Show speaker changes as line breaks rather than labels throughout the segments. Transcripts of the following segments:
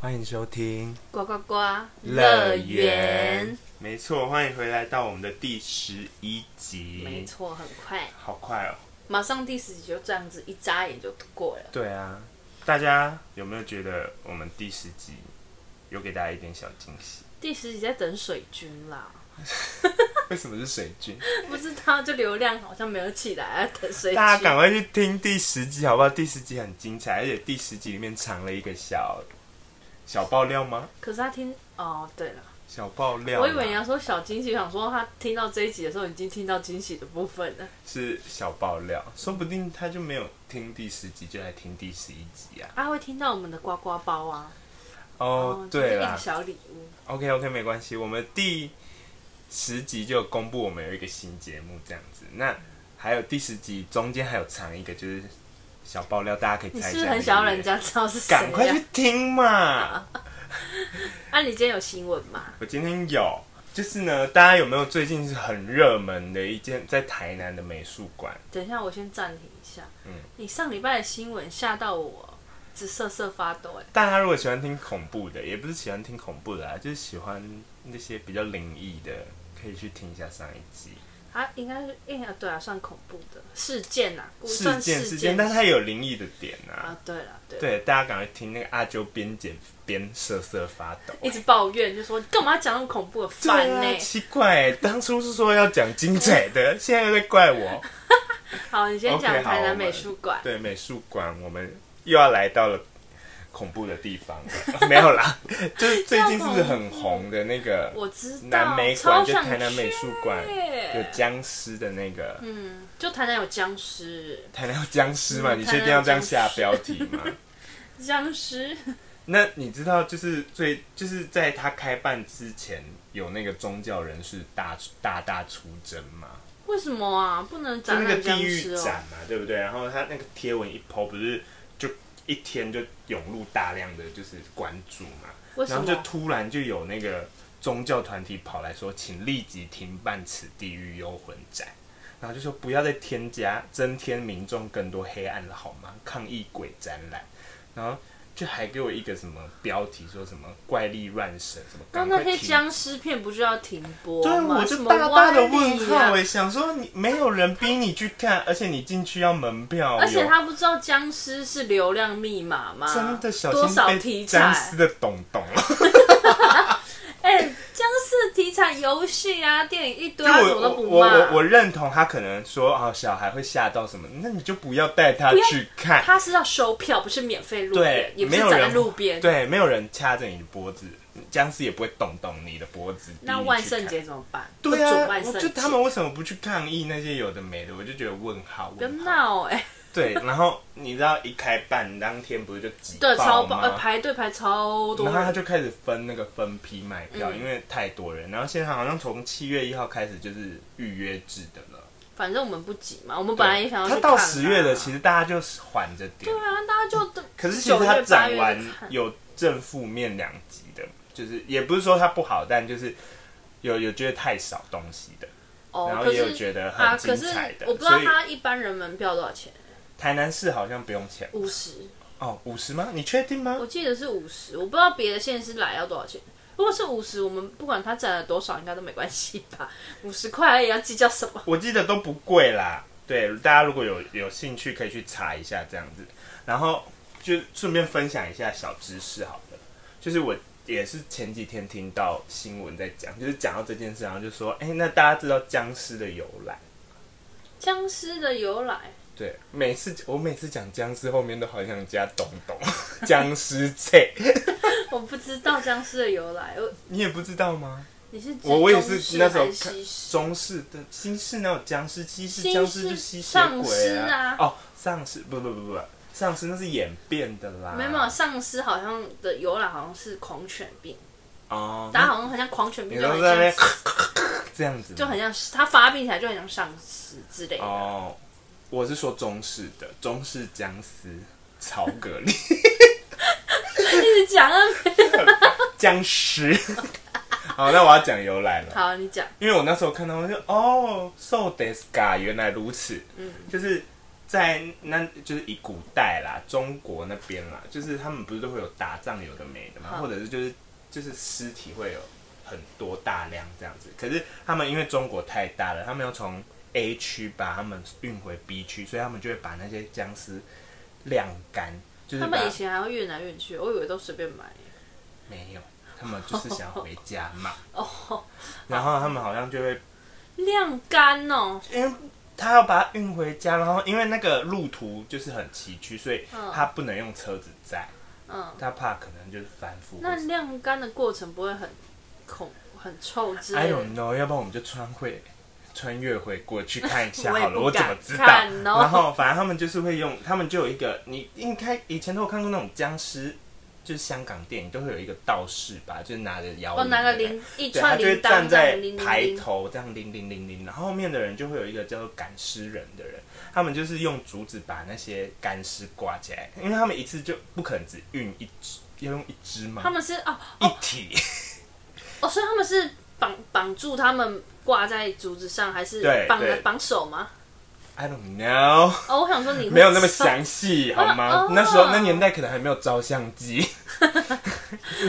欢迎收听
呱呱呱
乐园。没错，欢迎回来到我们的第十一集。
没，错，很快，
好快哦。
马上第十集就这样子，一眨眼就过了。
对啊，大家有没有觉得我们第十集有给大家一点小惊喜？
第十集在等水军啦，
为什么是水军？
不知道就流量好像没有起来，啊，等水
大家
军。
赶快去听第十集好不好？第十集很精彩，而且第十集里面藏了一个小小爆料吗？
可是他听哦，对了，
小爆料啦，
我以为你要说小惊喜，想说他听到这一集的时候已经听到惊喜的部分了
是小爆料，说不定他就没有听第十集，就来听第十一集啊。
他会听到我们的呱呱包啊，
哦，
就是
对
一个
啦
小礼物，
，OK OK，没关系，我们第十集就公布我们有一个新节目这样子。那还有第十集中间还有藏一个就是小爆料，大家可以
你
猜一下。
是不是很想要人？家知道是谁、啊？
赶快去！听嘛！
啊，你今天有新闻吗？
我今天有，就是呢，大家有没有最近是很热门的一间在台南的美术馆？
等一下，我先暂停一下。
嗯
你上礼拜的新闻吓到我，直瑟瑟发抖。哎，
大家如果喜欢听恐怖的，也不是喜欢听恐怖的啦，就是喜欢那些比较灵异的，可以去听一下上一集
啊，应该是，应该对啊，算恐怖的事件呐、啊，故
事
算
件
事
事件，但它有灵异的点啊。
啊，对了，对，
对，大家赶快听那个阿啾边剪边瑟瑟发抖。啊
一直欸抱怨就说你干嘛讲那么恐怖的烦呢、
对啊奇怪、当初是说要讲精彩的，现在又在怪我。
好，你先
OK，
讲台
好
南
我们
美术馆。
对，美术馆，我们又要来到了恐怖的地方了， 没有啦，就是最近是不是很红的那个
我知道，
南美
超
馆，就
想
台南美术馆有
去。
僵尸的那个，
嗯，就台南有僵尸，
台南有僵尸嘛？
嗯
你确定要这样下标题吗？
僵尸
那你知道，就是最就是在他开办之前，有那个宗教人士大大大出征嘛？
为什么啊？不能
就
展
那个
览
地
僵
狱
尸哦、
展嘛，对不对？然后他那个贴文一抛，不是就一天就涌入大量的就是关注嘛，
为
然
什
后就
么？
突然就有那个宗教团体跑来说，请立即停办此地狱幽魂展，然后就说不要再添加增添民众更多黑暗了好吗？抗议鬼展览，然后就还给我一个什么标题说什么怪力乱神什么，
那
赶
那
快
些
停
僵尸片不就要停播
对，
吗？
我
什
就
么
大大的
歪
问
理啊
号哎、想说你没有人逼你去看，而且你进去要门票哟，
而且他不知道僵尸是流量密码 吗？
真的小
多
心
少啊
被
题
僵
材？
尸的懂懂，
哎、僵尸题材游戏啊、电影一堆
就
啊，怎么
我
都
我
不
我我我
骂。
认同他可能说啊、小孩会吓到什么，那你就不要带他
不要
去看，
他是要收票，不是免费路边
对，，
也不
没
是
有
站在
人
路边。
对，没有人掐着你的脖子，僵尸也不会动动你的脖子。
那
逼你去
万圣
看。
节怎么办？
对
不
啊
准，万圣
我
节
就他们为什么不去抗议那些有的没的？我就觉得问号。
不要
问号。
闹哎、
对，然后你知道一开办当天不是就挤
对，超
爆
爆，
吗？
呃排队排超多
然后他
人。
就开始分那个分批买票，
嗯
因为太多人。然后现在好像从七月一号开始就是预约制的了。
反正我们不急嘛，我们本来也想要去
他
看、
到十月的，其
实。
实大家就是缓着点
对。啊，大家就
可是其
九
实他
月八
展
月
完
就看
有正负面两极的，就是也不是说他不好，但就是有有觉得太少东西的，然
哦，
后
可
也有
是
觉得很
啊，可
精
是
彩的。
我不知
所
道
以
他一般人门票多少钱，
台南市好像不用钱
五十。
哦，五十吗？你确定吗？
我记得是五十，我不知道别的县市来要多少钱。如果是五十，我们不管它占了多少，应该都没关系吧？五十块也要计较什么？
我记得都不贵啦。对，大家如果有有兴趣，可以去查一下这样子。然后就顺便分享一下小知识好了，就是我也是前几天听到新闻在讲，就是讲到这件事，然后就说，哎、那大家知道僵尸的由来？
僵尸的由来，
对，每次我每次讲僵尸后面都好想加懂懂 僵尸这，
我不知道僵尸的由来。我
你也不知道吗？
你是指
我我也
中
是
式
那时候
还是
看
西式
中式的西式哪有僵尸，西式
西
僵尸
式
就吸血
丧
鬼
尸啊
哦，丧尸不不不不，丧尸那是演变的啦。
没有没有，丧尸好像的由来好像是狂犬病，
哦，
大家好像很像狂犬病，
你
就
都
很
在那边
像，
这样子吗，
就很像它发病起来就很像丧尸之类的。
哦。我是说中式的中式僵尸炒蛤蜊
一直讲啊，
僵尸。 好，那我要讲由来了。
好，你讲，嗯
因为我那时候看到，我就哦，so d e s g a 原来如此，就是在那就是以古代啦，中国那边啦，就是他们不是都会有打仗有的没的嘛，
嗯
或者是就是就是尸体会有很多大量这样子。可是他们因为中国太大了，他们要从 A 区把他们运回 B 区，所以他们就会把那些僵尸晾干，就是
他
把
们以前还会运来运去，我以为都随便买。
没有，他们就是想回家嘛。
哦，
然后他们好像就会，
晾干哦，
因为他要把它运回家，然后因为那个路途就是很崎岖，所以
嗯
他不能用车子载，
嗯，
他怕可能就是翻覆。
那晾干的过程不会很恐很臭之
I
类的？
don't know，要不然我们就穿会穿越回过去看一下
我也
好了，
不
我怎
敢
么知道？
看哦
然后反正他们就是会用，他们就有一个，你应该以前都有看过那种僵尸，就是香港电影都会有一个道士吧，就是拿着摇
哦，
铃
拿个
的
铃一
对，他
串
就会
铃铛
站
这
在
样铃铃
排
铃，
头这样铃铃铃铃，然后后面的人就会有一个叫做赶尸人的人，他们就是用竹子把那些干尸挂起来，因为他们一次就不可能只运一只，要用一只嘛，
他们是哦
一体，
哦，所以他们是绑绑住他们挂在竹子上，还是
对
绑
对
绑手吗？
I don't know，
哦，我想说你会
没有那么
知道，
详细好
哦
吗
哦？
那时候那年代可能还没有照相 机，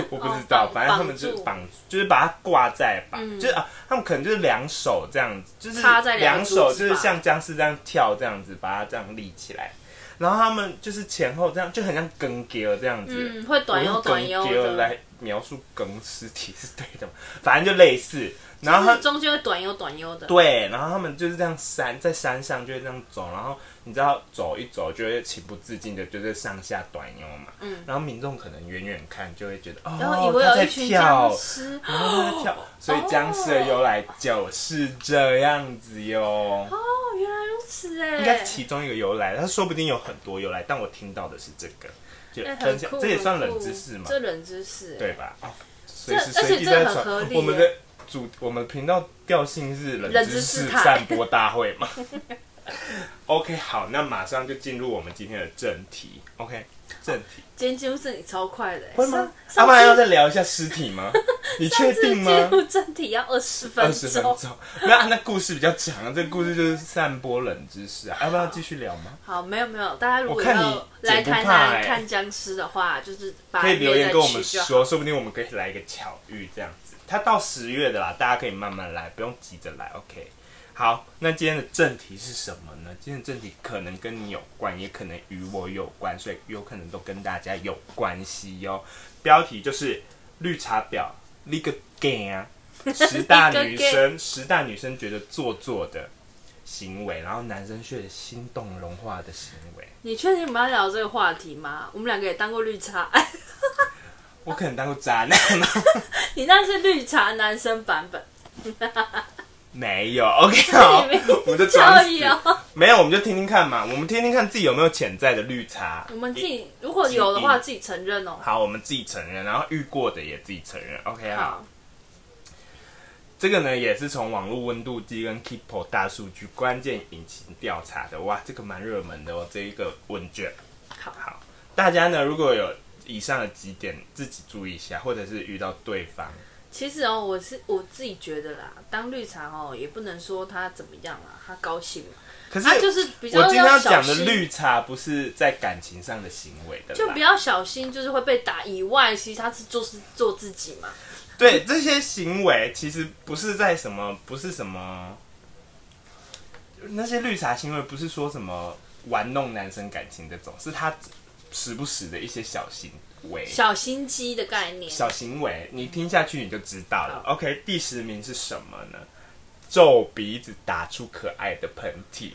我不知道
哦，绑
反正他们就
绑住
绑，就是把它挂在吧，
嗯
就是啊，他们可能就是两手这样子，就是
插在两个
两手
柱子
就是
吧
像僵尸这样跳这样子，把它这样立起来，然后他们就是前后这样，就很像更丢这样子，
嗯，会短
我
腰
用
短腰
更丢
的，
来描述更尸体是对的吗？反正就类似，然后
就
他
是中间会短腰短腰的，
对，然后他们就是这样山在山上就会这样走，然后你知道走一走就会情不自禁的就是上下短游嘛，
嗯
然后民众可能远远看就会觉得
然后以
哦
为
他
有
在
一群僵
跳，
尸，哦
然后他在跳，所以僵尸的由来就是这样子哟，
哦，原来如此哎，
应该是其中一个由来，它说不定有很多由来，但我听到的是这个，就
哎
分
很
享
酷，
这也算
很
冷
酷
知识嘛，
这冷知识，哎
对，吧？哦，随时
这而
随
且
地
这
在
很合
传
理
我们的
耶
主，我们频道调性是冷
冷
知
知识
识
派
散播大会 嘛。OK，好，那马上就进入我们今天的正题。OK，正题
今天进入正题超快的欸，
哦会吗？要、
上
不
上
然要
次
再聊一下尸体吗？ 你确
上次
定
进
吗？
入正题要二十分
二十分
钟，
钟，没有、啊， 那故事比较长，这个故事就是散播冷知识啊，要不要继续聊吗？
好，没有没有，大家如
我
果
看你
要
剪
来
不
台
怕
南
欸
看僵尸的话，就是把
可以留言跟我
约
们
在去就好
说，说不定我们可以来一个巧遇这样子。它到十月的啦，大家可以慢慢来，不用急着来。OK，好，那今天的正题是什么呢？今天的正题可能跟你有关，也可能与我有关，所以有可能都跟大家有关系哟、标题就是绿茶婊，立个 gay 啊！十大 女
你个
生，十大女生觉得做作的行为，然后男生却心动融化的行为。
你确定我们要聊这个话题吗？我们两个也当过绿茶，
我可能当过渣男，
你那是绿茶男生版本，
没有，OK，好
没，
我们就装
所
死
以。哦，
没有，我们就听听看嘛，我们听听看自己有没有潜在的绿茶。
我们自己如果有的话自己承认哦。
好，我们自己承认，然后遇过的也自己承认。OK，好，
好，
这个呢也是从网络温度计跟 Keepo 大数据关键引擎调查的，哇，这个蛮热门的哦，这一个问卷。
好
好，大家呢如果有以上的几点，自己注意一下，或者是遇到对方，
其实哦，我是我自己觉得啦，当绿茶哦，也不能说他怎么样啦，他高兴嘛，
可是
他啊就是比较
哎我今天要
小
讲的
心，
绿茶不是在感情上的行为的啦，
就比较小心，就是会被打以外，其实他是就是做自己嘛。
对这些行为，其实不是在什么，不是什么，那些绿茶行为不是说什么玩弄男生感情这种，是他时不时的一些小行为、
小心机的概念，
小行为。你听下去你就知道了。OK，第十名是什么呢？皱鼻子打出可爱的喷嚏，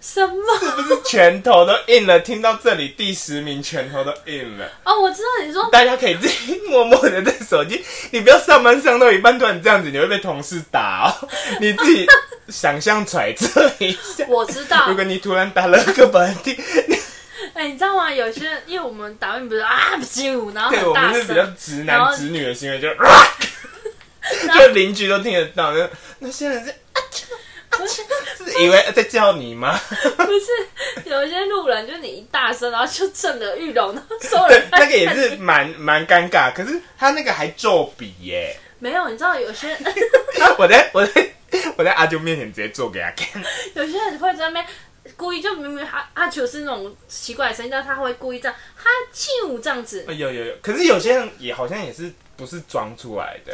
什么？
是不是拳头都硬了？听到这里，第十名拳头都硬了。
哦，我知道你说
大家可以自己默默的在手机，你不要上班上到一半突然这样子，你会被同事打哦。 你自己想象揣测一下，
我 知道
如，果你突然打了个喷嚏，你
哎、你知道吗？有些人因为我们打完不是啊不啾，然后
对
很
我
大
们是比较
声，
直
然
男
后
直女的行为，就啊，就邻居都听得到。那那些人是
不是
是以为在叫你吗？
不是，有一些路人就是你一大声，然后就震耳欲聋，然后 所有
对
人，
那个也是蛮蛮尴尬。可是他那个还皱笔耶、 啊
没有。你知道有些 人
我在我在我在阿啾面前直接做给他看。
有些人会在那边。故意就明明阿阿球是那种奇怪的声音，但他会故意这样哈啾这样子，
呃有有有，可是有些人也好像也是不是装出来的，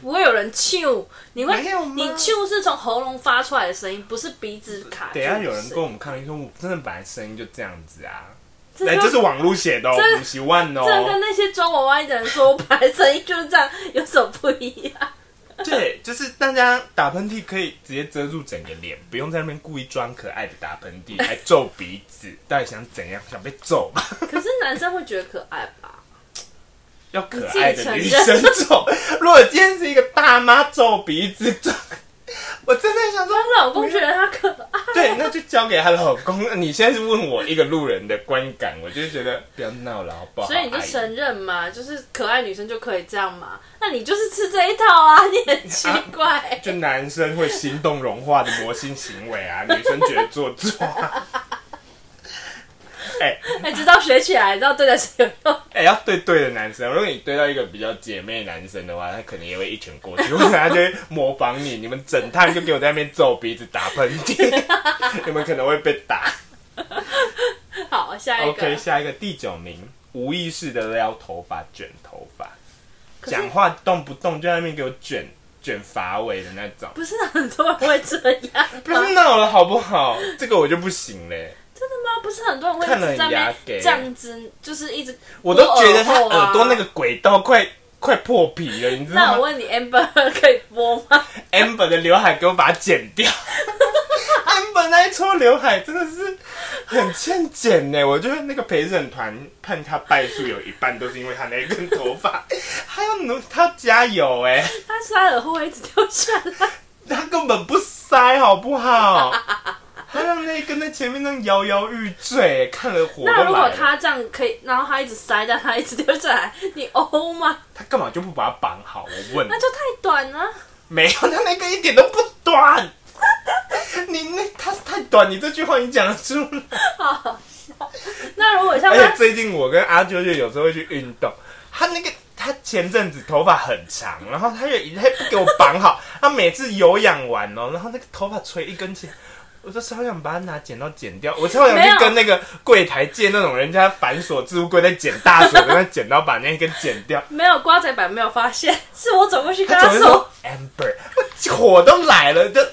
不会有人啾，你会
没有吗
你啾是从喉咙发出来的声音，不是鼻子卡住
等
的
一下
声音。
啊有人跟我们抗议说，我真的本来声音就这样子啊，
这
哎、
就
这是网络写的、哦
这，
五十万哦，
这跟那些装娃娃的人说，我本来声音就是这样，有什么不一样？
对，就是大家打喷嚏可以直接遮住整个脸，不用在那边故意装可爱的打喷嚏，还皱鼻子，到底想怎样？想被揍吧？
可是男生会觉得可爱吧？
要可爱的女
你自
生揍。 如果今天是一个大妈皱鼻子， 皱我真的想说，
她老公觉得她可爱，
对，那就交给她老公。你现在是问我一个路人的观感，我就觉得不要闹了，好不好？
所以你就
阿姨
承认嘛，就是可爱女生就可以这样嘛？那你就是吃这一套啊， 你很奇怪、
就男生会心动融化的魔性行为啊，女生觉得做作、啊。 哎、
哎，知道学起来，知道对待谁有用。
哎、要对对的男生，如果你对到一个比较姐妹男生的话，他可能也会一拳过去，或者他就会模仿你，你们整趟就给我在那边揍鼻子、打喷嚏， 你们可能会被打。
好，下一个
OK，下一个第九名，无意识的撩头发、卷头发，
可是
讲话动不动就在那边给我卷卷发尾的那种，
不是很多人会这 样吗？
不要闹了好不好？这个我就不行嘞、
真的吗？不是很多人会
看
一
了
直
很
在那
牙给
边这样子，就是一直
我都觉得他
拨啊
耳朵那个轨道快快破皮了，你知
那
道
我
吗
问你，Amber 可以播吗？
？amber 的刘海给我把它剪 掉。amber 那一撮刘海真的是很欠剪呢，我觉得那个陪审团判他败诉有一半都是因为他那一根头发， 他要努他加油哎，
他塞耳后会一直掉下来。
他根本不塞好不好？ 他让那一根在前面那样摇摇欲坠，看了火都
那如
来
果
了。
他这样可以，然后他一直塞，但他一直掉下来，你 欧吗？
他干嘛就不把它绑好？我问你
那。就太短了。
没有，他那个一点都不短。 你那他太短，你这句话你讲得出来。
好笑。那如果像
而
他
且最近我跟阿啾就有时候会去运动，他那个他前阵子头发很长，然后他又一他不给我绑好， 他每次有氧完哦，然后那个头发垂一根起来。我就超想把它拿剪刀剪掉，我超想
没有
去跟那个柜台借那种人家繁琐置物柜在剪大锁的那剪刀，把那根剪掉。
没有瓜仔版没有发现， 是我走过去跟
他
他
总是
说
说 Amber，我火都来了，这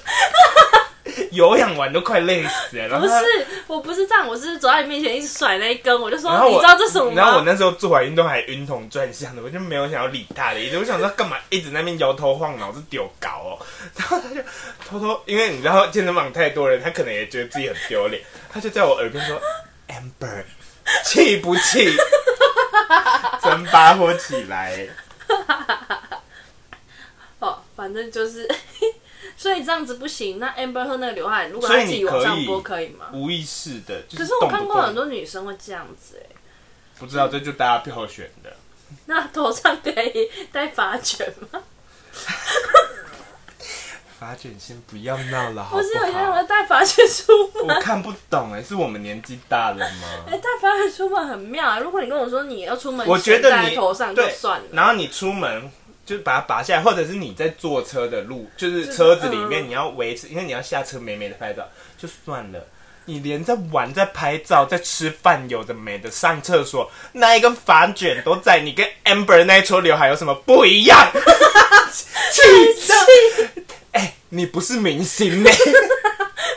有氧完都快累死了。然
不
后他
是，我不是这样，我是走在你面前一直甩那一根，我就说
然后我
你知道这是什么
然后我
吗？
那时候做完运动还晕头转向的，我就没有想要理他的意思。我想说干嘛一直在那边摇头晃脑，是丢搞哦。然后他就偷偷，因为你知道健身房太多人，他可能也觉得自己很丢脸，他就在我耳边 说 Amber，气不气？真巴火起来，
哦，反正就是， 所以这样子不行。那 Amber 和那个刘海，如果他
所以
自
你
己往
可
上
以
拨可以吗？
无意识的。就
可是
是
我看
动不
过
动
很多女生会这样子、欸，
不知道，这就大家票选的。
那头上可以戴发卷吗？
发卷先不要闹了，好
不是有些人
好？
会戴发卷出门，
我看不懂哎，是我们年纪大了
哎、
吗？
戴发卷出门很妙啊！如果你跟我说你要出门，
我觉得
戴
你
在头上就
对
算了，
然后你出门就把它拔下来，或者是你在坐车的路，就是车子里面
嗯
你要维持，因为你要下车美美的拍照，就算了。你连在玩、在拍照、在吃饭，有的没的，上厕所那一根发卷都在，你跟 Amber 那一撮刘海有什么不一 样？气死！哎、你不是明星欸呢、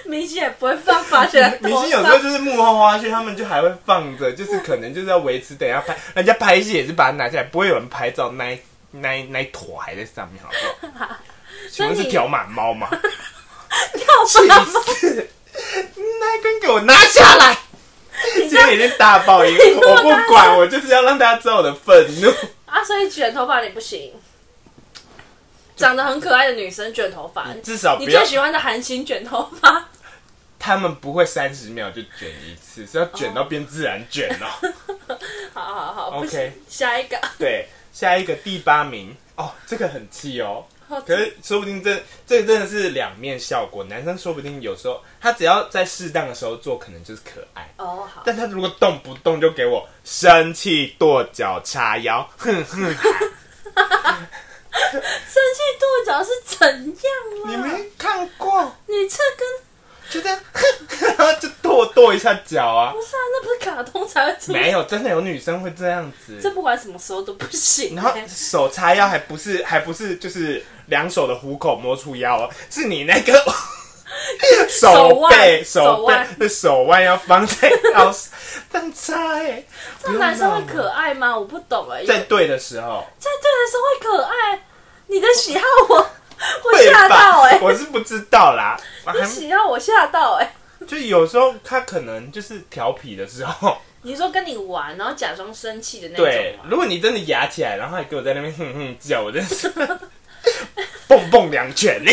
明星也不会放发卷 在
明
头上。
星有时候就是幕后花絮，他们就还会放着，就是可能就是要维持，等一下拍，人家拍戏也是把它拿下来，不会有人拍照那一那一那一坨还在上面，好不好？请问是条码猫吗？气
跳发，
死！那一根给我拿下来！
你
今
知道
天已经大爆音，
你这
我
么
不管，我就是要让大家知道我的愤怒。
啊，所以卷头发你不行。长得很可爱的女生卷头发，
至少
你
不要
最，喜欢的韩星卷头发，
他们不会三十秒就卷一次，是要卷到变自然卷哦。
好好好
OK
不行，下一个。
对，下一个第八名哦，这个很气哦。
好
可是说不定这这个真的是两面效果，男生说不定有时候他只要在适当的时候做，可能就是可爱。
哦，好，
但他如果动不动就给我生气、跺脚、叉腰，哼哼，
生气跺脚是怎样
你
啊？
没看过？
你这跟
就这样，然后 就跺跺一下脚啊
不。是啊，那不是卡通才会这么，
没有，真的有女生会这样子。
这不管什么时候都不行、
然后
欸
手叉腰还不是还不是就是两手的虎口摸出腰哦，是你那个 手背
手
手
腕手
背
腕
的手腕要放在腰， 但叉哎，
这样男生会
不用闹
可爱吗？我不懂哎、欸，
在对的时候
在对的时候会可爱，你的喜好我我
会
吓
吧
到哎、
我是不知道啦，还
你喜好我吓到哎、
就有时候他可能就是调皮的时候，
你说跟你玩，然后假装生气的那
对
种，啊吗？
如果你真的压起来，然后还给我在那边 哼哼叫，我真是蹦蹦两 拳呢。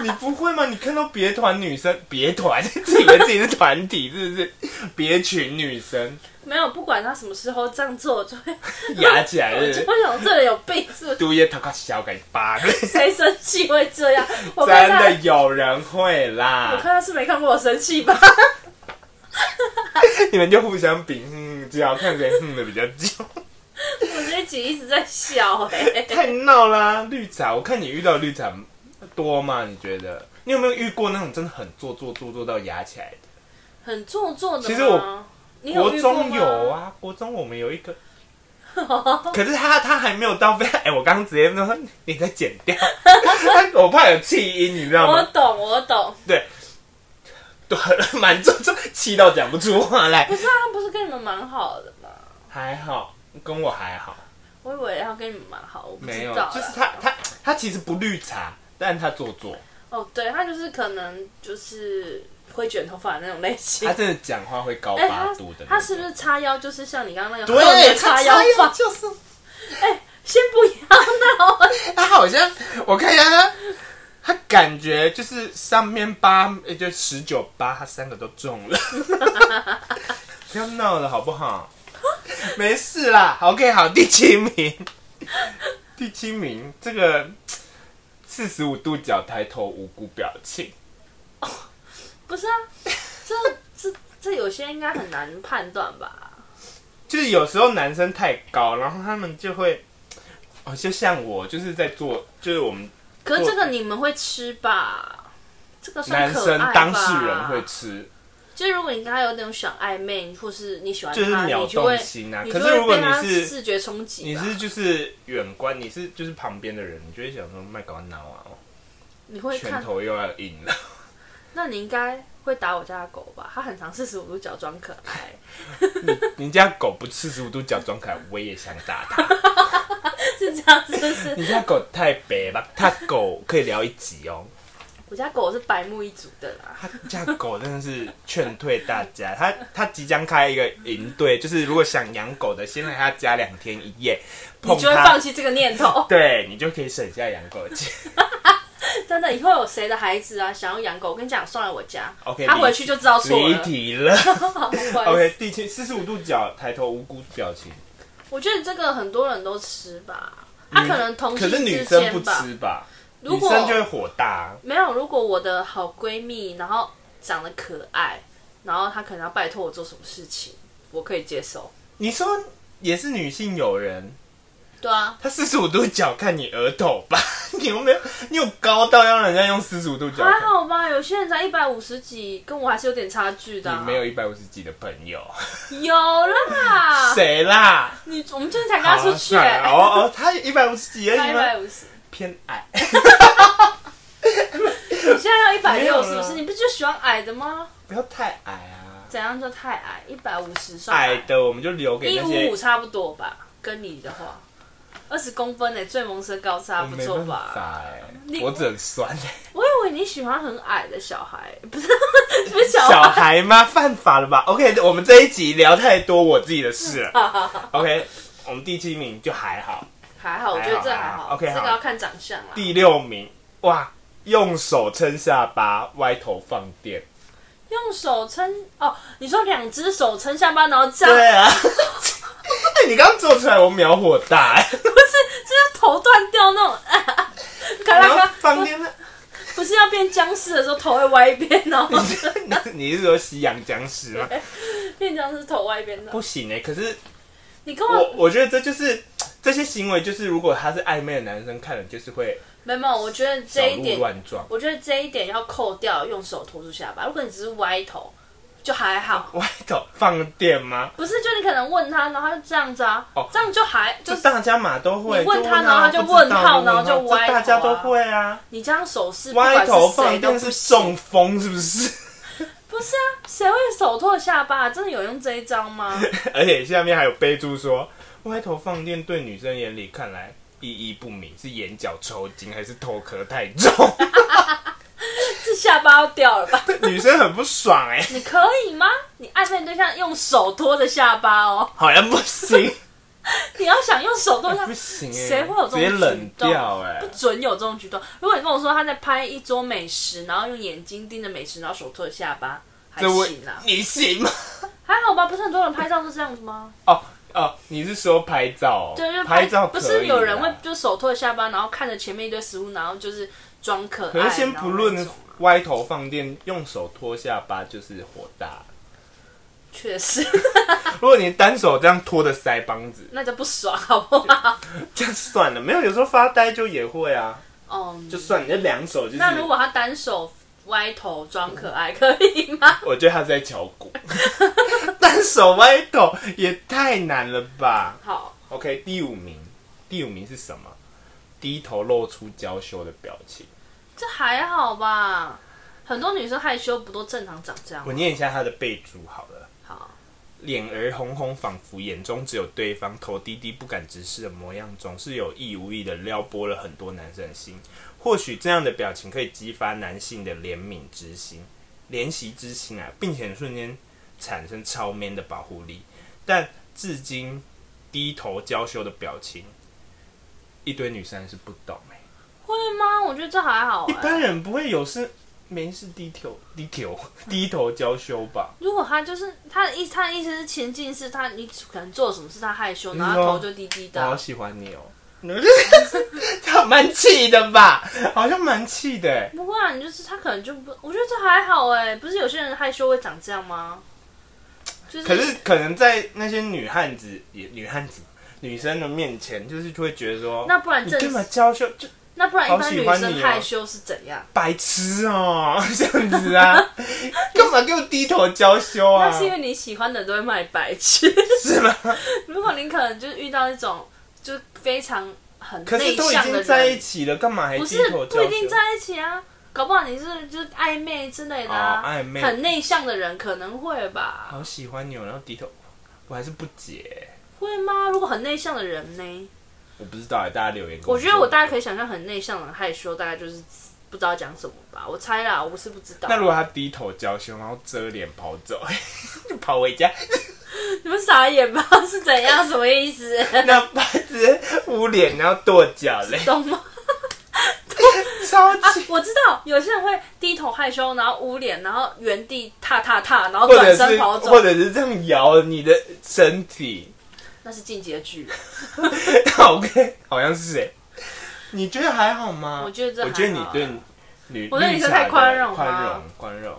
你不会吗？你看到别团女生，别团 自以为自己是团体，是不是？别群女生
没有，不管他什么时候这样做，我就会
压起来， 是不？
就是会想这人有病是不是？
杜叶头壳小给巴，真
谁生气会这 样？我看他
的，有人会
我
啦。
看他是没看过我生气吧？
你们就互相比哼哼叫，看谁哼的比较久。
我这一集一直在 笑哎、
太闹啦、绿茶，我看你遇到绿茶多吗？你觉得？你有没有遇过那种真的很做作做作到牙起来的？
很做作的吗
其实我
你
国
有遇过
中
吗
有，啊，国中我们有一个，可是他他还没有到非， 哎、我刚刚直接说你再剪掉， 我怕有气音，你知道
我
吗？
懂我懂。
对，对，蛮做作，气到讲不出话来
不。是啊，他不是跟你们蛮好的吗？
还好，跟我还好，
我以为他跟你们蛮好，我不
没
知
有
道啦。，啊
就是他他他其实不绿茶，但他做作，
哦，对他就是可能就是会卷头发的那种类型
他。真的讲话会高
哎、
八
他
度的那种、
他是不是叉腰？就是像你刚刚那个
对，啊
后面
他
叉腰法？
就是
先不要闹，
他好像我看一下他，他感觉就是上面八，也就十九八，他三个都中了，不要闹了好不好？没事啦，OK，好，第七名，第七名，这个四十五度角抬头无辜表情，
不是啊，这这这有些应该很难判断吧？
就是有时候男生太高，然后他们就会，哦，就像我就是在做，就是我们
可是这个你们会吃吧？这个算
男
可爱
生
吧
当事人会吃。
就是如果你跟他有那种想暧昧，或是你喜欢他，
就是秒
你就会
动心啊。
你
可
就是
如
会
果
被
你
他
是
视觉冲击
你
吧，
是就是远观，你是就是旁边的人，你就会想说麦搞闹啊，
你会
拳
看，
头又要硬了。
那你应该会打我家的狗吧？它很常四十五度角装可爱，
你家狗不四十五度角装可爱，我也想打它。
是这样是不是？
你家狗太白了，它狗可以聊一集哦。
我家狗是白目一族的啦，
它家狗真的是劝退大家，它它即将开一个营队，就是如果想养狗的，先来它家两天一夜，
你
碰
就会放哦
它。
弃这个念头。
对你就可以省下养狗的钱。
真的，以后有谁的孩子啊想要养狗，我跟你讲，送来我家
OK，
他回去就知道错
离
了。
题了。
好不好意
OK，
思
第七四十五度角抬头无辜表情，
我觉得这个很多人都吃吧，他、可能同
可
性
是女
之
生不
间吧。
吃吧？
如
女
果
生就会火大、
没有，如果我的好闺蜜，然后长得可爱，然后她可能要拜托我做什么事情，我可以接受。
你说也是女性友人，
对啊，
她四十五度角看你额头吧？ 你有没有？你有高到让人家用四十五度角
还
看？
好吧，有些人才一百五十几，跟我还是有点差距的啊、
你没有一百五十几的朋友，
有啦，
谁啦？
你我们最近才跟
好
啊他出去、
算了
欸，
哦哦，他一百五十几而
他
已
一
吗？
百五十，
偏矮，
你现在要一百
没有
六
啦
是不是？你不就喜欢矮的吗？
不要太矮啊！
怎样就太矮？一百五十算
矮的我们就留给
一
那
五
些
五。差不多吧，跟你的话，二十公分诶、欸最萌身高差
我
不
没
错
办
吧？
法哎、
你
我只能酸、欸。
我以为你喜欢很矮的小孩，不是 不是小
小
孩，
孩吗？犯法了吧？OK，我们这一集聊太多我自己的事了。OK，我们第七名就还好，
还好，我觉得这还
还好
好。
，OK，
这
好
个要看长相啊啦。
第六名哇，用手撑下巴，歪头放电。
用手撑哦，你说两只手撑下巴，然后这样，
对啊， 哎你刚刚做出来我秒火大、哎
不是，这要头断掉那种， 嘎啦
然后
嘎，
放电呢？
不是要变僵尸的时候头会歪一边，然 后
你你是说西洋僵尸吗？
变僵尸头歪一边的。
不行哎、可是
你跟我
我我觉得这就是这些行为，就是如果他是暧昧的男生看了，就是会
没有没有，我觉得
小
这一
鹿
点
乱撞。
我觉得这一点要扣掉，用手托住下巴。如果你只是歪头，就还好。
歪头放电吗？
不是，就你可能问他，然后他就这样子啊，
哦
这样就还就
这
是
大家嘛都会，
你问他
就啊
然后他就
不知道
问号
你
然后就
问号这
歪头啊
大家都会啊，
你这样手势，不
歪
管
头
是
放
谁都
电
不
是
行。
中风是不是？
不是啊，谁会手托下巴？真的有用这一 招吗？
而且下面还有备注说，歪头放电对女生眼里看来意义不明，是眼角抽筋还是头壳太 重？
这下巴要掉了吧？
女生很不爽哎、
你可以吗？你暧昧对象用手托着下巴哦，
好像不行，
你要想用手托下
不，行哎、
欸谁会有这种
直接冷
举动
掉哎、
不准有这种举动。如果你跟我说他在拍一桌美食，然后用眼睛盯着美食，然后手托着下巴，还
这我
行啊。
你行吗？
还好吧，不是很多人拍照都这样子吗？
哦哦，你是说拍照哦？
对，就是
拍照可
不
以啊
是有人
啦
会就手托着下巴，然后看着前面一堆食物，然后就是装可爱。
可是先不
然
论
后那种
歪头放电，用手托下巴就是火大。
确实，
如果你单手这样托着腮帮子，
那就不爽，好不好？
这样算了。没有，有时候发呆就也会啊，
哦、
就算你这两手就是。
那如果他单手歪头装可爱，可以 吗？
我觉得他是在敲鼓， 单手歪头也太难了吧
好，
？OK，第五名，第五名是什么？低头露出娇羞的表情。
这还好吧。很多女生害羞不都正常长这样
我
吗？
念一下他的备注好了。
好，
脸儿红红，仿佛眼中只有对方，头低低不敢直视的模样，总是有意无意的撩拨了很多男生的心。或许这样的表情可以激发男性的怜悯之心、怜惜之心啊，并且瞬间产生超 man 的保护力。但至今低头娇羞的表情，一堆女生还是不懂、欸、
会吗？我觉得这还好、
一
欸。
般人不会有事没事低头低头低头娇羞吧？
如果他就是他的意，他的意思是情境是他你可能做什么事他害羞，
你
然后他
说
头就低低
我
的啊、
好喜欢你哦、 他蛮气的吧？好像蛮气的欸。
不会啊，你就是他可能就不，我觉得这还好哎，不是有些人害羞会长这样吗？就是，
可是可能在那些女汉子、也女汉子、女生的面前，就是就会觉得说，
那不然
你
正
干嘛娇羞？就
那不然一
好
般
喜
女
欢
生
你哦
害羞是怎样？
白痴哦、 这样子啊？干嘛给我低头娇羞啊
那？是因为你喜欢的都会骂你白痴。
是吗？
如果你可能就是遇到一种就是非常很
可是
内
都已
向的
经在一
人，
起了，干嘛还
不
低
是
头
不
娇
一定
羞？
在一起啊，搞不好你是就是暧昧之类的啊，
哦暧昧
很内向的人可能会吧？
好喜欢你哦，然后低头，我还是不解。
会吗？如果很内向的人呢？
我不知道欸，大家留言跟
我
说。
觉得我大概可以想象，很内向的人害羞，大概就是不知道讲什么吧。我猜啦，我是不知道。
那如果他低头娇羞，然后遮脸跑走， 就跑回家，
你们傻眼吧？是怎样？什么 意思？
那把子捂脸，然后跺脚嘞，
懂吗？
超
啊
级，
我知道，有些人会低头害羞，然后捂脸，然后原地踏踏踏，然 后
或者
转身
是
跑
或
走，
者是这样摇你的身体
那是进阶剧。
，OK，好像是哎，你觉得还好吗？
我觉得这还好
我觉得你对女，
我对女生
绿茶的
太宽容了
宽容，宽容。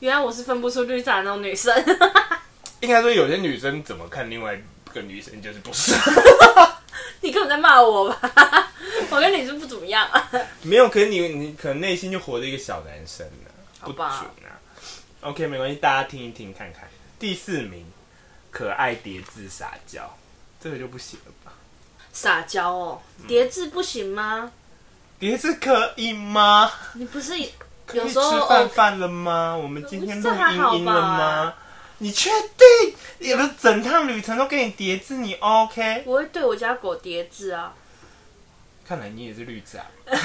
原来我是分不出绿茶的那种女生，
应该说有些女生怎么看另外一个女生就是不是，
你根本在骂我吧？ 我跟你是不怎么样，
没有，可是你你可能内心就活着一个小男生呢、
好
不准
吧？
啊。OK，没关系，大家听一听看看。第四名，可爱叠字撒娇，这个就不行了吧？
撒娇哦，叠字不行吗？
碟子可以吗？
你不是
可
有
以
时
吃
候哦
饭饭了吗？我们今天录音音了
这还好
吗？你确定？有的整趟旅程都给你叠字，你 OK？
我会对我家狗叠字啊？
看来你也是绿啊茶，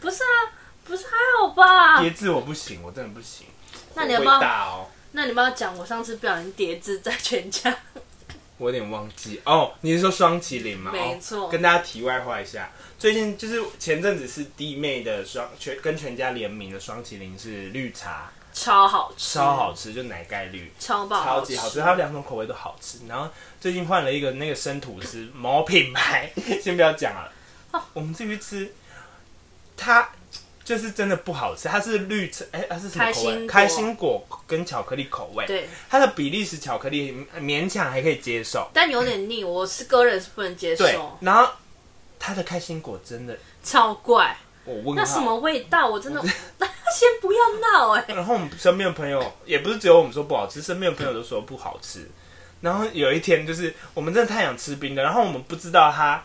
不是啊，不是还好吧？
叠字我不行，我真的不行。
啊那你有没有
我会大哦？
那你们要讲我上次不小心叠字在全家，
我有点忘记哦，你是说双麒麟吗？
没错
哦跟大家题外话一下，最近就是前阵子是弟妹的双全跟全家联名的双麒麟是绿茶，
超好吃，
超好吃，就奶盖绿。
超爆
超级好吃，它有两种口味都好吃。然后最近换了一个那个生吐司，某品牌，先不要讲了。我们自己去吃，它就是真的不好吃。它是绿茶，哎、它是什么口味？
开
开
心
心果跟巧克力口味。
对，
它的比利时巧克力勉强还可以接受。
但有点腻，我是个人是不能接
对
受，，
然后它的开心果真的
超怪，
我问
那
号
什么味道？我 真的，先不要闹哎、
然后我们身边的朋友也不是只有我们说不好吃，身边的朋友都说不好吃。然后有一天就是我们真的太想吃冰的，然后我们不知道它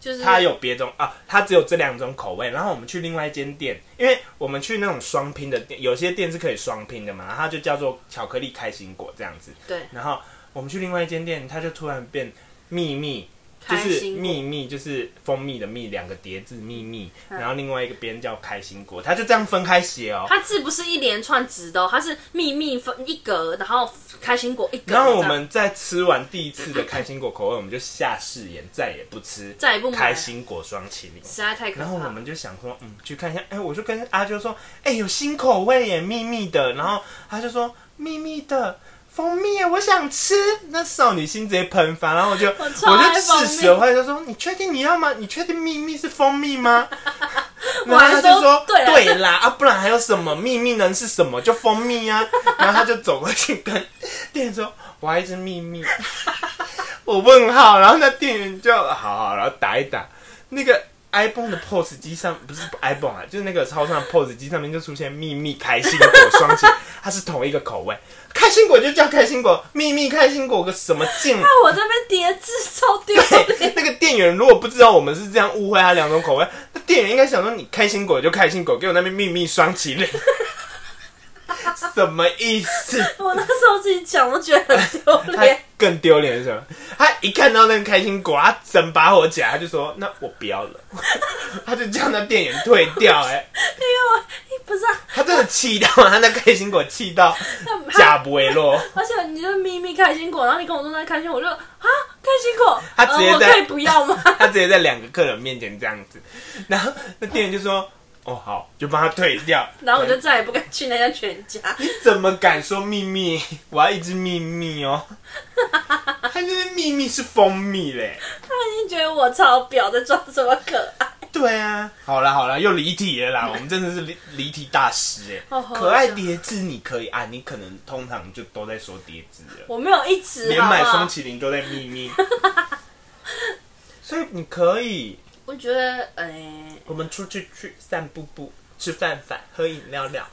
就是
它有别种啊，它只有这两种口味。然后我们去另外一间店，因为我们去那种双拼的店，有些店是可以双拼的嘛，然后它就叫做巧克力开心果这样子。
对
然后我们去另外一间店，它就突然变秘密，就
开
是
心果
秘密，就是蜂蜜的蜜，两个叠字秘密，然后另外一个边叫开心果，它就这样分开写哦。
嗯它字不是一连串直的、哦，它是密密分一格，然后开心果一格。
然后我
这样
们在吃完第一次的开心果口味，我们就下誓言再也不吃
再也不买了
开心果双麒麟。
实在太可
然
怕
后我
了。
们就想说，嗯，去看一下。哎、我就跟阿啾说，哎、有新口味耶，秘密的。然后他就说，秘密的蜂蜜耶，我想吃。那少女心直接喷发，然后我 就我
超爱
就
蜂
事
蜜
实的话就说，你确定你要吗？你确定秘密是蜂蜜吗？然后
还
他
说
就说：“
对啦
对啦，啊，不然还有什么秘密能是什么？就蜂蜜 啊。”然后他就走过去跟店员说：“我要一只秘密。”我问号，然后那店员就好好，然后打一打。那个 iPhone 的 POS 机上不是 iPhone 啊，就是那个超商的 POS 机上面就出现秘密开心果双喜，它是同一个口味，开心果就叫开心果，秘密开心果个什么劲？
那我这边叠字超丢脸，
那个店员如果不知道我们是这样误会他两种口味，那店员应该想说你开心果就开心果，给我那边秘密双麒麟，什么意思？
我那时候自己讲都觉得很丢
他
脸。
更丢脸是什么？他一看到那个开心果，他整把火起来，他就说：“那我不要了。” 他就叫那店员退掉、哎，
因为我不是、啊，
他真的气到，他那开心果气 到
那他
假不为落，
而且你就咪咪开心果，然后你跟我说那开心果，我就啊开心果，
他直接
呃、我
在
可以不 要吗？
他直接在两个客人面前这样子，然后那店员就说：“哦，好，就帮他退掉。”
然后我就再也不敢去那家全家。
怎么敢说秘密？我要一只秘密 哦！他就是秘密是蜂蜜嘞。
他已经觉得我超婊，在装什么可爱？
对啊，好啦好啦，又离题了 啦，我们真的是离离题大师哎
好。好笑
可爱叠字你可以啊，你可能通常就都在说叠字了，
我没有一直
连
好
买
不
双
好？
麒麟都在秘密。所以你可以，
我觉得，哎、
我们出去去散步步，吃饭饭，喝饮料料。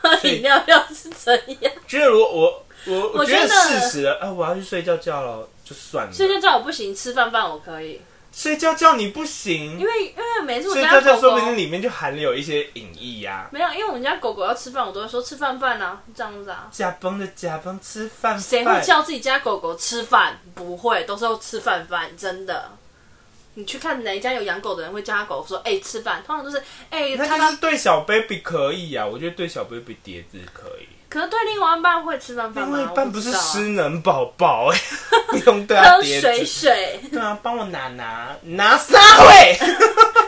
喝饮料料是怎样？
觉得如果我我
我
觉得
觉得
事实了，啊，我要去睡觉觉了，就算了。
睡觉觉我不行，吃饭饭我可以，
睡觉觉你不行
因，为因为每次我
所以
家
大家
狗
说
狗
不定里面就含有一些隐意啊呀、
没有，因为我们家狗狗要吃饭，我都会说吃饭饭啊，这样子啊。
假崩的假崩吃饭
谁会
饭，
叫自己家狗狗吃饭？不会，都是要吃饭饭，真的。你去看哪一家有养狗的人会叫他狗狗说：“哎、吃饭。”通常都是“哎、
那
他
就是对小 baby 可以啊，我觉得对小 baby 叠字可以。
可能对另外一半会吃饭饭
另
吗？
外一半不是
我知道啊
失能宝宝哎， 不用对他
喝
叠
水
字。
水，
对啊，帮我拿拿拿撒喂，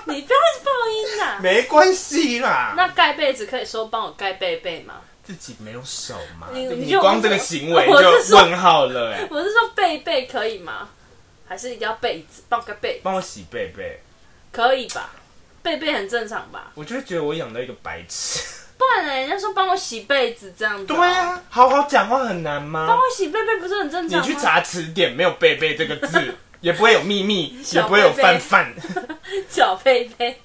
你不要报音啦、
没关系啦。
那盖被子可以说帮我盖被被吗？
自己没有手嘛，
你
你
你就
光这个行为
我是
就
说
问号了哎。
我是说被被可以吗？还是一定要被子？帮我盖被
帮我洗背背，
可以吧？被被很正常吧？
我就觉得我养到一个白痴。
不然呢、人家说帮我洗被子这样子、
对，啊，好好讲话很难吗？
帮我洗被被不是很正
你
常吗？
去查词典，没有“贝贝”这个字， 也不会有秘密，也
小
不会有范范。
小被被，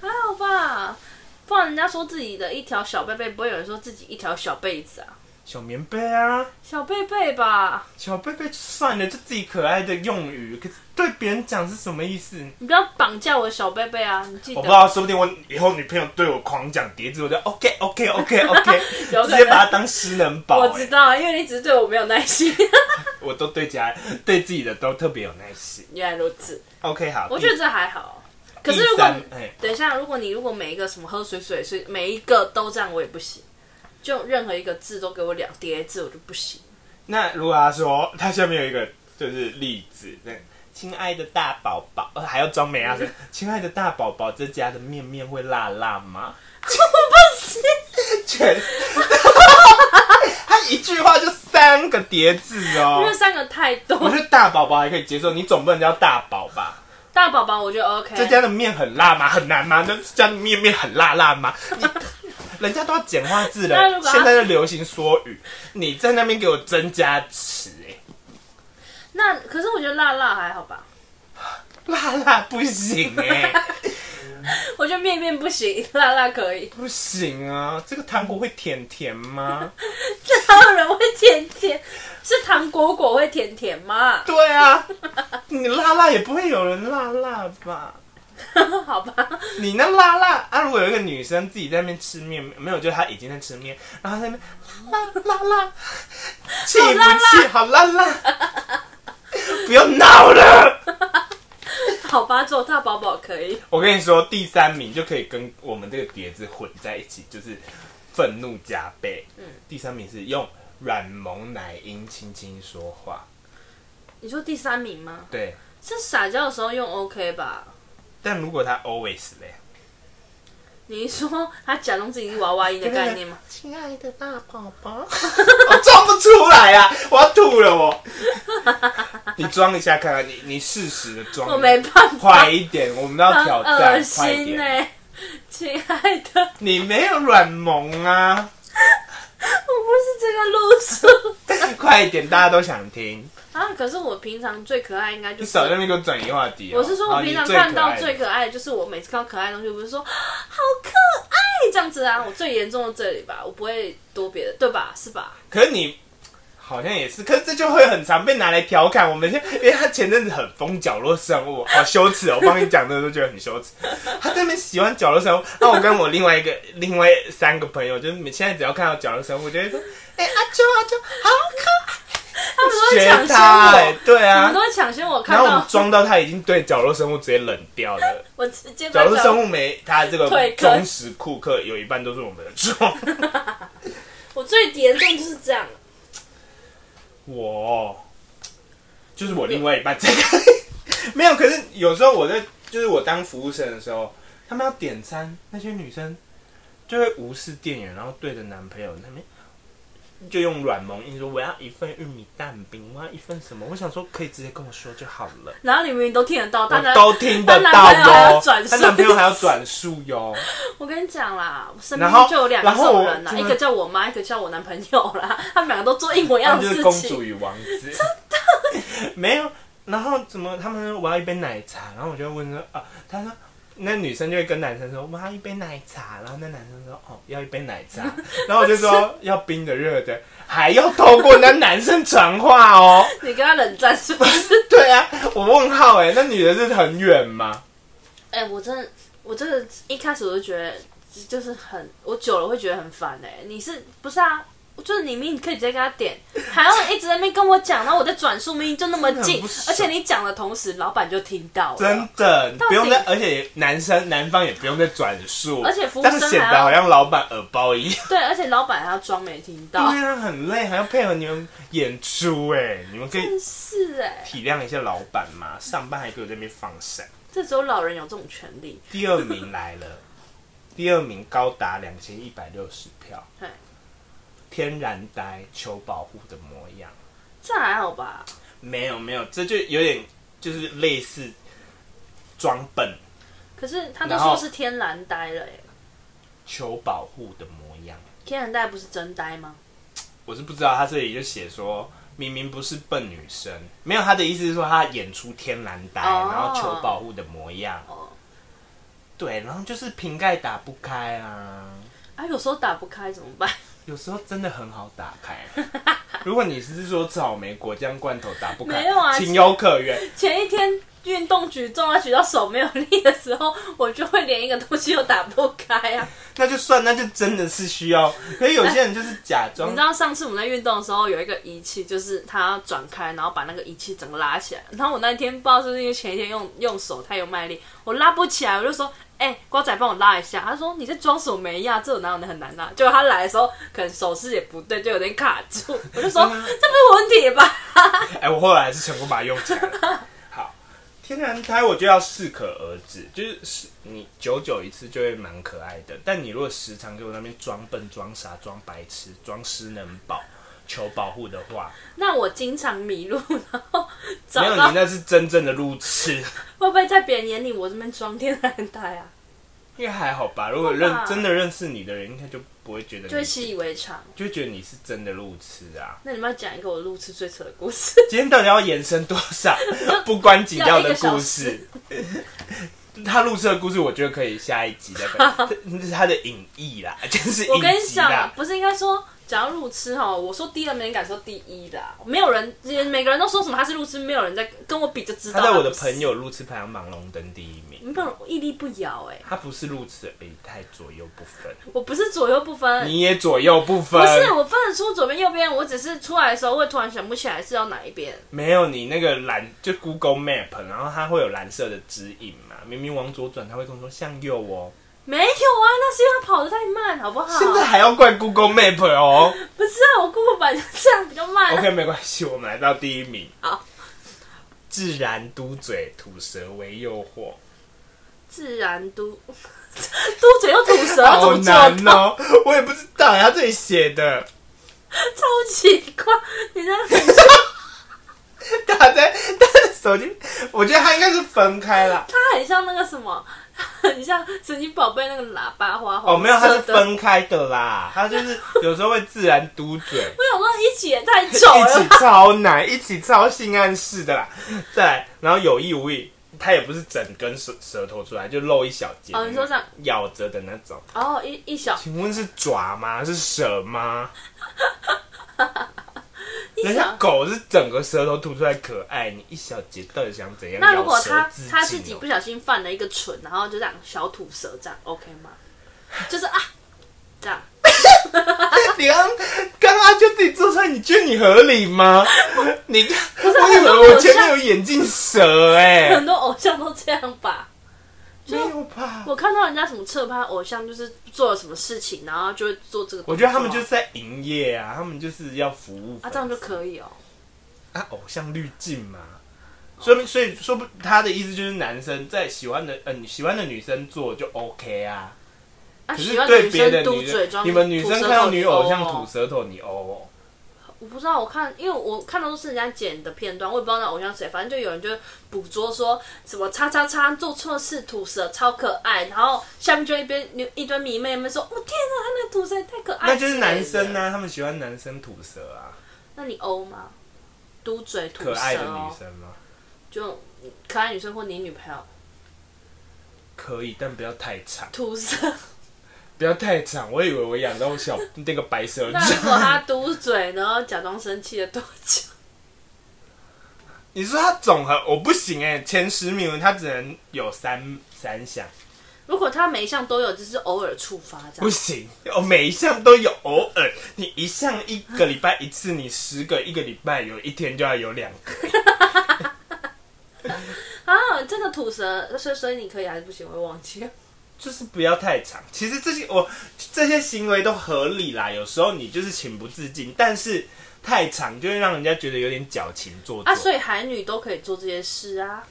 还好吧？不然人家说自己的一条小被被，不会有人说自己一条小被子啊？
小棉被啊，
小被被吧，
小贝贝就算了，就自己可爱的用语，可是对别人讲是什么意思？
你不要绑架我的小被被啊！你记
我不
得
知道，说不定我以后女朋友对我狂讲叠字，我就 OK OK OK OK，
有可能
直接把它当失能宝、
我
欸
知道，因为你只是对我没有耐心。
我都对家对自己的都特别有耐心。
原来如此，
OK，好，
我
第
觉得这还好。可是
第
如果
三哎
等一下，如果你如果每一个什么喝水水水，每一个都这样，我也不行。就任何一个字都给我两叠字，我就不行。
那如果他说他下面有一个就是例子，那亲爱的大宝宝，呃还要装 美啊，是亲爱的大宝宝，这家的面面会辣辣 吗？我不行，全，他一句话就三个叠字
因
哦
为。三个太
我
多
觉，得大宝宝还可以接受，你总不能叫大宝吧？
大宝宝我觉得
这
OK。
家的面很辣吗？很难吗？那这家的面面很辣辣 吗？你人家都要简化字
那
了
如，果他
现在的流行缩语，你在那边给我增加词、哎。
那可是我觉得辣辣还好吧，
辣辣不行哎、
我觉得面面不行，辣辣可以。
不行啊，这个糖果会甜甜吗？
这还有人会甜甜？是糖果果会甜甜吗？
对啊，你辣辣也不会有人辣辣吧？
好吧，
你那辣辣啊！如果有一个女生自己在那边吃面，没有，就是她已经在吃面，然后她在那边辣辣辣辣，气不气？好辣辣！ 不要闹了！
好吧，做大宝宝可以。
我跟你说，第三名就可以跟我们这个碟子混在一起，就是愤怒加倍。嗯，第三名是用软萌奶音轻轻说话，
你说第三名吗？
对。
是撒娇的时候用 OK 吧？
但如果她 always 嘞，
你说他假装自己是娃娃音的概念吗？
亲爱的大宝宝， 我装不出来啊！我要吐了 我。你装一下看看，你你适时的装，
我没办法
快，一点，我们要挑
很
战
恶，
快一
心欸呢、
点。
亲爱的，我
你没有软萌啊，
不是这个路数
快一点，大家都想听。
啊！可是我平常最可爱应该就
你
是
少。在那边给我转移话题哦、
我是说，我
好
平
你
常
最可
看到
爱的
最可爱的就是我每次看到可爱的东西，我就说啊好可爱这样子啊。我最严重的这里吧，我不会多别的，对吧？是吧？
可是你好像也是，可是这就会很常被拿来调侃。我们现 因为他前阵子很疯角落生物，好羞耻哦！我帮你讲的都觉得很羞耻。他在那边喜欢角落生物，那我跟我另外一个 另外三个朋友，就是你现在只要看到角落生物，我就会说：“哎、阿啾阿啾，好
他们都
可
会
爱！”
抢
学
先
他、哎
我，
对
你们
啊
都。会抢先我看
然后我
到
们，装到他已经对角落生物直接冷掉了。
我直接把
角落
脚
生物没他这个
退坑
忠实顾客，有一半都是我们的种。
我最严重就是这样。
我就是我另外一半在看， 没有。可是有时候我在就是我当服务生的时候，他们要点餐，那些女生就会无视店员，然后对着男朋友那边就用软萌音说：“我要一份玉米蛋饼，我要一份什么？”我想说可以直接跟我说就好了，
然后你明明都听得到，大
我
家
都听得到哦
她男朋友还
哟
要转。述
她男朋友还要转述哟，
我跟你讲啦，我身
然后
边就有两个
然
这
后
种
我
人啦，
就
一
会
个叫我妈，一个叫我男朋友啦，他们两个都做一模一
他
样
们
的
就是
事
公主
情。
与王子， 没有。然后怎么他们说我要一杯奶茶，然后我就问说啊，他说那女生就会跟男生说我要一杯奶茶，然后那男生说哦要一杯奶 茶，然后我就说要冰的热的，还要透过那男生传话哦。
你跟他冷战是不是？
对啊，我问号哎、那女的是很远吗？
哎、我真的，我真的一开始我就觉得就是很，我久了会觉得很烦哎、你是不是啊？就是你明明可以直接跟他点，还要一直在那边跟我讲，然后我在转述，明明就那么
真的很
近
不，爽
而且你讲的同时，老板就听到了。
真的，你
啊到
不
底
用再，而且男生男方也不用再转述，
而且服务
这
生
样显
还
得
要
好像老板耳包一样。
对，而且老板还要装没听到
对，啊，很累，还要配合你们演出哎、你们可以
真是哎、
体谅一下老板嘛，上班还给我在那边放闪。
这只有老人有这种权利。
第二名来了， 第二名高达两千一百六十票
嘿，
天然呆求保护的模样，
这还好吧？
没有没有，这就有点就是类似装笨
可是他都
然后
说是天然呆了耶，
求保护的模样。
天然呆不是真呆吗？
我是不知道他这里就写说。明明不是笨女生，没有他的意思是说他演出天然呆
哦
然后求保护的模样，
哦，
对，然后就是瓶盖打不开啊。
啊，有时候打不开怎么办？
有时候真的很好打开。啊 如果你是说草莓果酱罐头打不开，
没有啊
情有可原。
前一天运动举重啊，举到手没有力的时候，我就会连一个东西都打不 开啊。
那就算，那就真的是需要。可是有些人就是假
你
装
知，道上次我们在运动的时候，有一个仪器，就是它要转开，然后把那个仪器整个拉起来。然后我那天不知道是不是因为前一天用用手太用卖力，我拉不起来，我就说：“哎、瓜仔帮我拉一下。”他说：“你在装什么没呀？这有哪有很难拉？”结果他来的时候，可能手势也不对，就有点卡住。我就说：“ 这不是问题吧？”
哎、我后来还是成功把它用起来 了。好，天然呆我就要适可而止，就是是你久久一次就会蛮可爱的。但你如果时常给我那边装笨、装傻、装白痴、装失能宝、求保护的话，
那我经常迷路，然后找
没有
到
你那是真正的路 痴。
会不会在别人眼里我这边装天然呆啊？
应该还好吧？如果认
会吧
真的认识你的人，应该就不会觉得
就会
你
习以为常。
就会觉得你是真的路痴啊！
那你们要讲一个我路痴最扯的 故事，
今天到底要延伸多少不关紧要
要一
的
个小
故事？他录制的故事，我觉得可以下一集再分享。这是他的隐逸啦， 就是
我跟
隐
你
疾
讲
啦，。
不是应该说讲到路痴哈，我说第二没人敢说第一的啊、没有人，每个人都说什么他是路痴，没有人在跟我比就知
他
道。
在我的
不是
朋，友路痴排行榜荣登第一 名。
没有屹立不摇哎、
他不是路痴而已，太左右不分。
我不是左右不分，
你也左右不分
不，是我分得出左边右边，我只是出来的时候会突然想不起来是要哪一边。
没有你那个蓝就 Google Map，然后它会有蓝色的指引嘛。明明往左转，他会跟我说向右哦。
没有啊，那是因为他跑得太慢，好不好？
现在还要怪 Google Map 哦。
不是啊，我 Google 版就这样比较 慢、啊。
OK，没关系，我们来到第一名。
好，
自然嘟嘴，吐舌为诱惑，
自然嘟 嘟嘴又吐舌，怎
好
么做啊
难
到？
哦、我也不知道，他这里写的，
超奇怪，你这样子
他在他的手机，我觉得他应该是分开啦。
它很像那个什么， 很像神奇宝贝那个喇叭花
哦，没有，他是
红色的。
分开的啦，他 就是有时候会自然嘟嘴。
我想说一起也太丑
一
了
起
吧，
超难，一起超性暗示的啦。再来，然后有意无意，它也不是整根舌舌头出来，就露一小截。
哦你说这样
咬着的那种？
哦，一一小
请问是爪吗？是舌 吗？
一
人家
小。
狗是整个舌头吐出来可爱，你一小节到底想怎样？
那如果
咬舌
他
自尽
他自己
哦
不小心犯了一个蠢，然后就这样小吐舌这样，OK 吗？就是啊，这样
你刚刚刚就自己做出来，你觉得你合理 吗？你我以为我前面有眼镜蛇哎、
很多偶像都这样吧。
没有吧？
我看到人家什么侧拍偶像，就是做了什么事情，然后就会做这个动作啊。
我觉得他们就是在营业啊，他们就是要服务
啊，这样就
粉丝
可以哦。
啊，偶像滤镜嘛。所以，所以说不，他的意思就是男生在喜欢的，嗯、你喜欢的女生做就 OK 啊。可
啊，喜
是
欢
对
女
别
生
的
嘟
女
嘴
生，
装，
你们女
吐
生
舌
看到
头
女
哦
偶像吐舌头，你哦哦，
我不知道，我看，因为我看到都是人家剪的片段，我也不知道那偶像谁，反正就有人就捕捉说什么叉叉叉做错事吐舌超可爱，然后下面就一边一堆迷妹们说，我、天哪，他那个吐舌也太可爱，
那就是男生、啊，他们喜欢男生吐舌啊，
那你欧吗？嘟嘴吐舌、哦，
可爱的女生吗？
就可爱女生或你女朋友
可以，但不要太长，
吐舌。
不要太长。我以为我养到小那个白蛇
那如果
掌，
他嘟嘴，然后假装生气了多久？
你说他总和我不行哎、前十名他只能有三三项，
如果他每一项都有，只是偶尔触发这
不
样。
行，哦，每一项都有偶尔，你一项一个礼拜一次，你十个一个礼拜有一天就要有两个。
啊，这个吐舌，所以所以你可以还是不行，我也忘记了。
就是不要太长。其实这些我这些行为都合理啦，有时候你就是情不自禁，但是太长就会让人家觉得有点矫情做作。
啊，所以韩女都可以做这些事啊。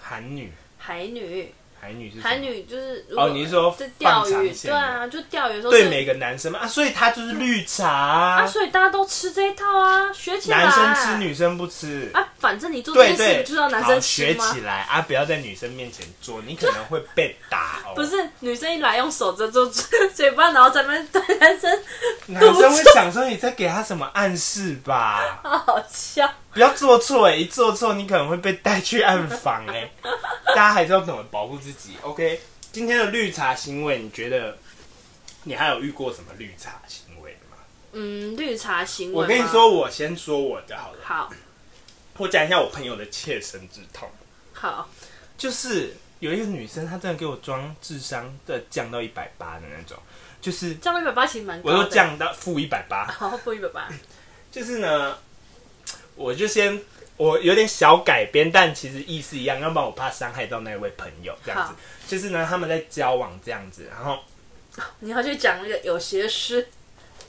韩女，
海女，
韩女是什么
海女就是如
嗯哦
果
你是说
在钓
放
鱼？
长线
对
的
啊，就钓鱼的时候
对
就
每个男生嘛啊，所以他就是绿茶啊、
啊，所以大家都吃这一套啊，学起来。
男生吃，女生不吃。
啊，反正你做这
对
件事
对，
不就是要男
好
生吃
学
吗
起？来啊！不要在女生面前做，你可能会被打哦。
不是，女生一来用手遮住嘴嘴巴，然后咱们对男生，
男生会想说你在给他什么暗示吧？
好好笑。
不要做错哎、一做错你可能会被带去暗访哎、 大家还是要懂得保护自己。OK，今天的绿茶行为，你觉得你还有遇过什么绿茶行为吗？
嗯，绿茶行为。
我跟你说，，我先说我的好了，
好
我讲一下我朋友的切身之痛，
好，
就是有一个女生，她真的给我装智商的降到一百八的那种，就是
这样一百八其实蛮高
我
的。
都降到负一百八，
好，不一百八。
就是呢，我就先我有点小改编，但其实意思一样，要不然我怕伤害到那位朋友这样子
好。
就是呢，他们在交往这样子，然后
你要去讲那个有些事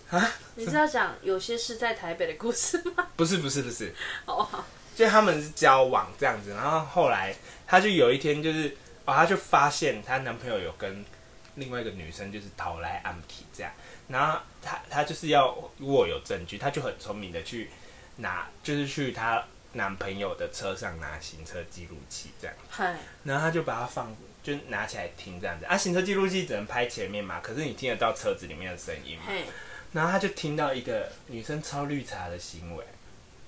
啊，
你是要讲有些事在台北的故事吗？
不是不是不是，
哦，好
就他们是交往这样子，然后后来她就有一天就是哦，她就发现她男朋友有跟另外一个女生就是讨来暗体这样，然后她她就是要握有证据，她就很聪明的去拿，就是去她男朋友的车上拿行车记录器这样。
嗨，
然后他就把它放，就拿起来听这样子。啊，行车记录器只能拍前面嘛，可是你听得到车子里面的声音嘛。
嘿，
然后他就听到一个女生超绿茶的行为，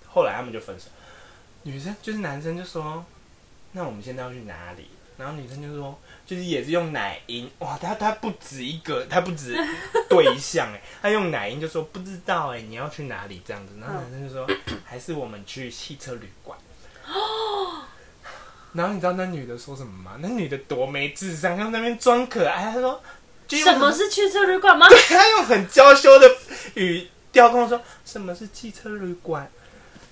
后来他们就分手。女生就是男生就说：“那我们现在要去哪里？”然后女生就说，就是也是用奶音，哇，她她不止一个，她不止对象哎，她用奶音就说不知道哎，你要去哪里这样子，然后男生就说还是我们去汽车旅 馆。然后你知道那女的说什么吗？那女的多没智商，她在那边装可爱，她说就用
什么是汽车旅馆吗？
他用很娇羞的语调跟我说：“什么是汽车旅馆？”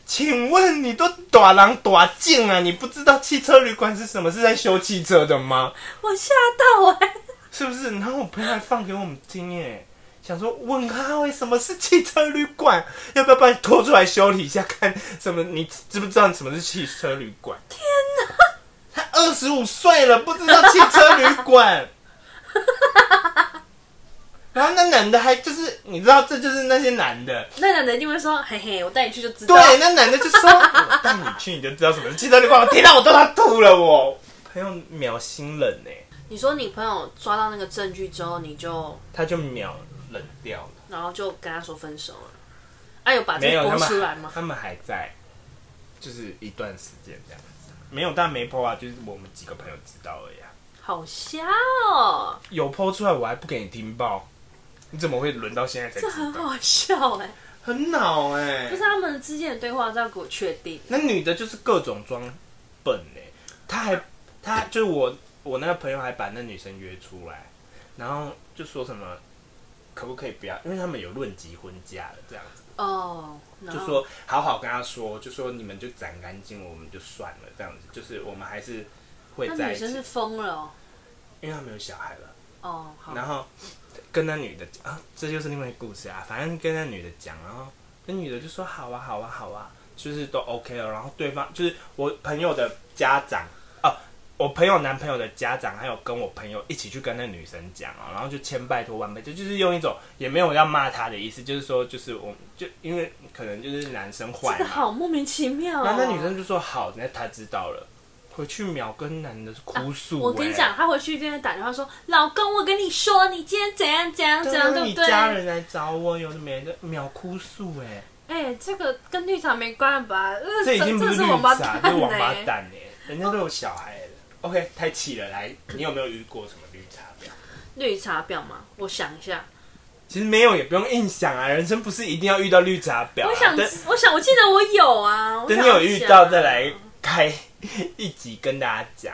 请问你都短狼短进啊？你不知道汽车旅馆是什么？是在修汽车的吗？
我吓到哎、
是不是？然后我朋友还放给我们听，耶，想说问他为什么是汽车旅馆？要不要把你拖出来修理一下？看什么？你知不知道什么是汽车旅馆？天哪！他二十五岁了，不知道汽车旅馆。 然后那男的还就是，你知道，这就是那些男的，
那男的一定会说，嘿嘿，我带你去就知道。
对，那男的就说：“我带你去，你就知道什么是汽车旅馆。”我听到我都要吐了我，朋友秒心冷欸呢、
你说你朋友抓到那个证据之后，你就
他就秒冷掉了。
然后就跟他说分手了。啊，有把这
没有
个
他
播
们
出来吗？
他们还在，就是一段时间这样子。没有，但没 PO 啊，就是我们几个朋友知道而已、啊。
好瞎哦、
有 PO 出来，我还不给你听报，你怎么会轮到现在才
这
知
很
道？
好笑 哎、
很恼哎、
不是他啊们之间的对话，这要给我确定。
那女的就是各种装笨哎、她还她就是我我那个朋友还把那女生约出来，然后就说什么可不可以不要，因为他们有论及婚嫁了这样子，
哦，然
就
后
说好好跟她说，就说你们就斩干净，我们就算了这样子，就是我们还是会
那
在
女
一起
生，是疯了哦、
因为他们有小孩了。
哦，好，
然后跟那女的啊，这就是另外一个故事啊。反正跟那女的讲，然后那女的就说好啊，好啊，好啊，就是都 OK 了。然后对方就是我朋友的家长哦，我朋友男朋友的家长，还有跟我朋友一起去跟那女生讲啊，然后就千拜托万拜托，就是用一种也没有要骂她的意思，就是说就是我就因为可能就是男生坏
这个
嘛，
好莫名其妙、哦。
然后那女生就说好，那她知道了。回去秒跟男的哭诉、
啊我跟你
欸
讲，她回去跟人打电话说：“老公，我跟你说，你今天怎样怎样怎样，对
啊你
不对？”
家人来找我，有的没的，秒哭诉哎、
哎、这个跟绿茶没关吧？呃
这已经不
这
绿
是王八
茶，
蛋、
这
欸，
是王八蛋哎、人家都有小孩了。OK，太气了，来，你有没有遇过什么绿茶婊？
绿茶婊嘛，我想一下，
其实没有，也不用硬想啊，人生不是一定要遇到绿茶婊、啊，
我想
等，
我想，我记得我有啊。我
等你
想
有
一
遇
下
到再来开一集跟大家讲。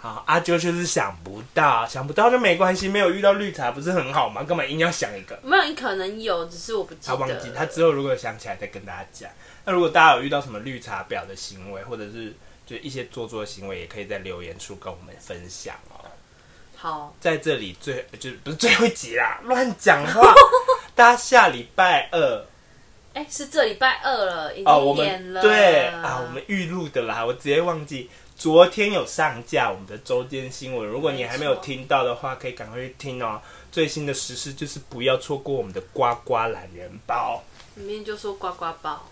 好，阿啾就是想不到，想不到就没关系，没有遇到绿茶不是很好吗？干嘛硬要想一个？
没有，你可能有，只是我不记
他
得。
忘记，他之后如果想起来再跟大家讲。那如果大家有遇到什么绿茶婊的行为，或者是就一些做作行为，也可以在留言处跟我们分享哦。
好，
在这里最就是不是最后一集啦， 乱讲 话。大家下礼拜二
哎、是这礼拜二了，已
哦，我
经演
们
了。
对啊，我们预录的啦，我直接忘记。昨天有上架我们的周间新闻，如果你还没有
没错
听到的话，可以赶快去听哦。最新的实事就是不要错过我们的呱呱懒人包。
明天就说呱呱包。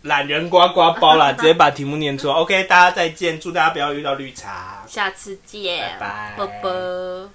懒人呱呱包啦，直接把题目念错。OK，大家再见，祝大家不要遇到绿茶。
下次见，
拜拜
啵啵。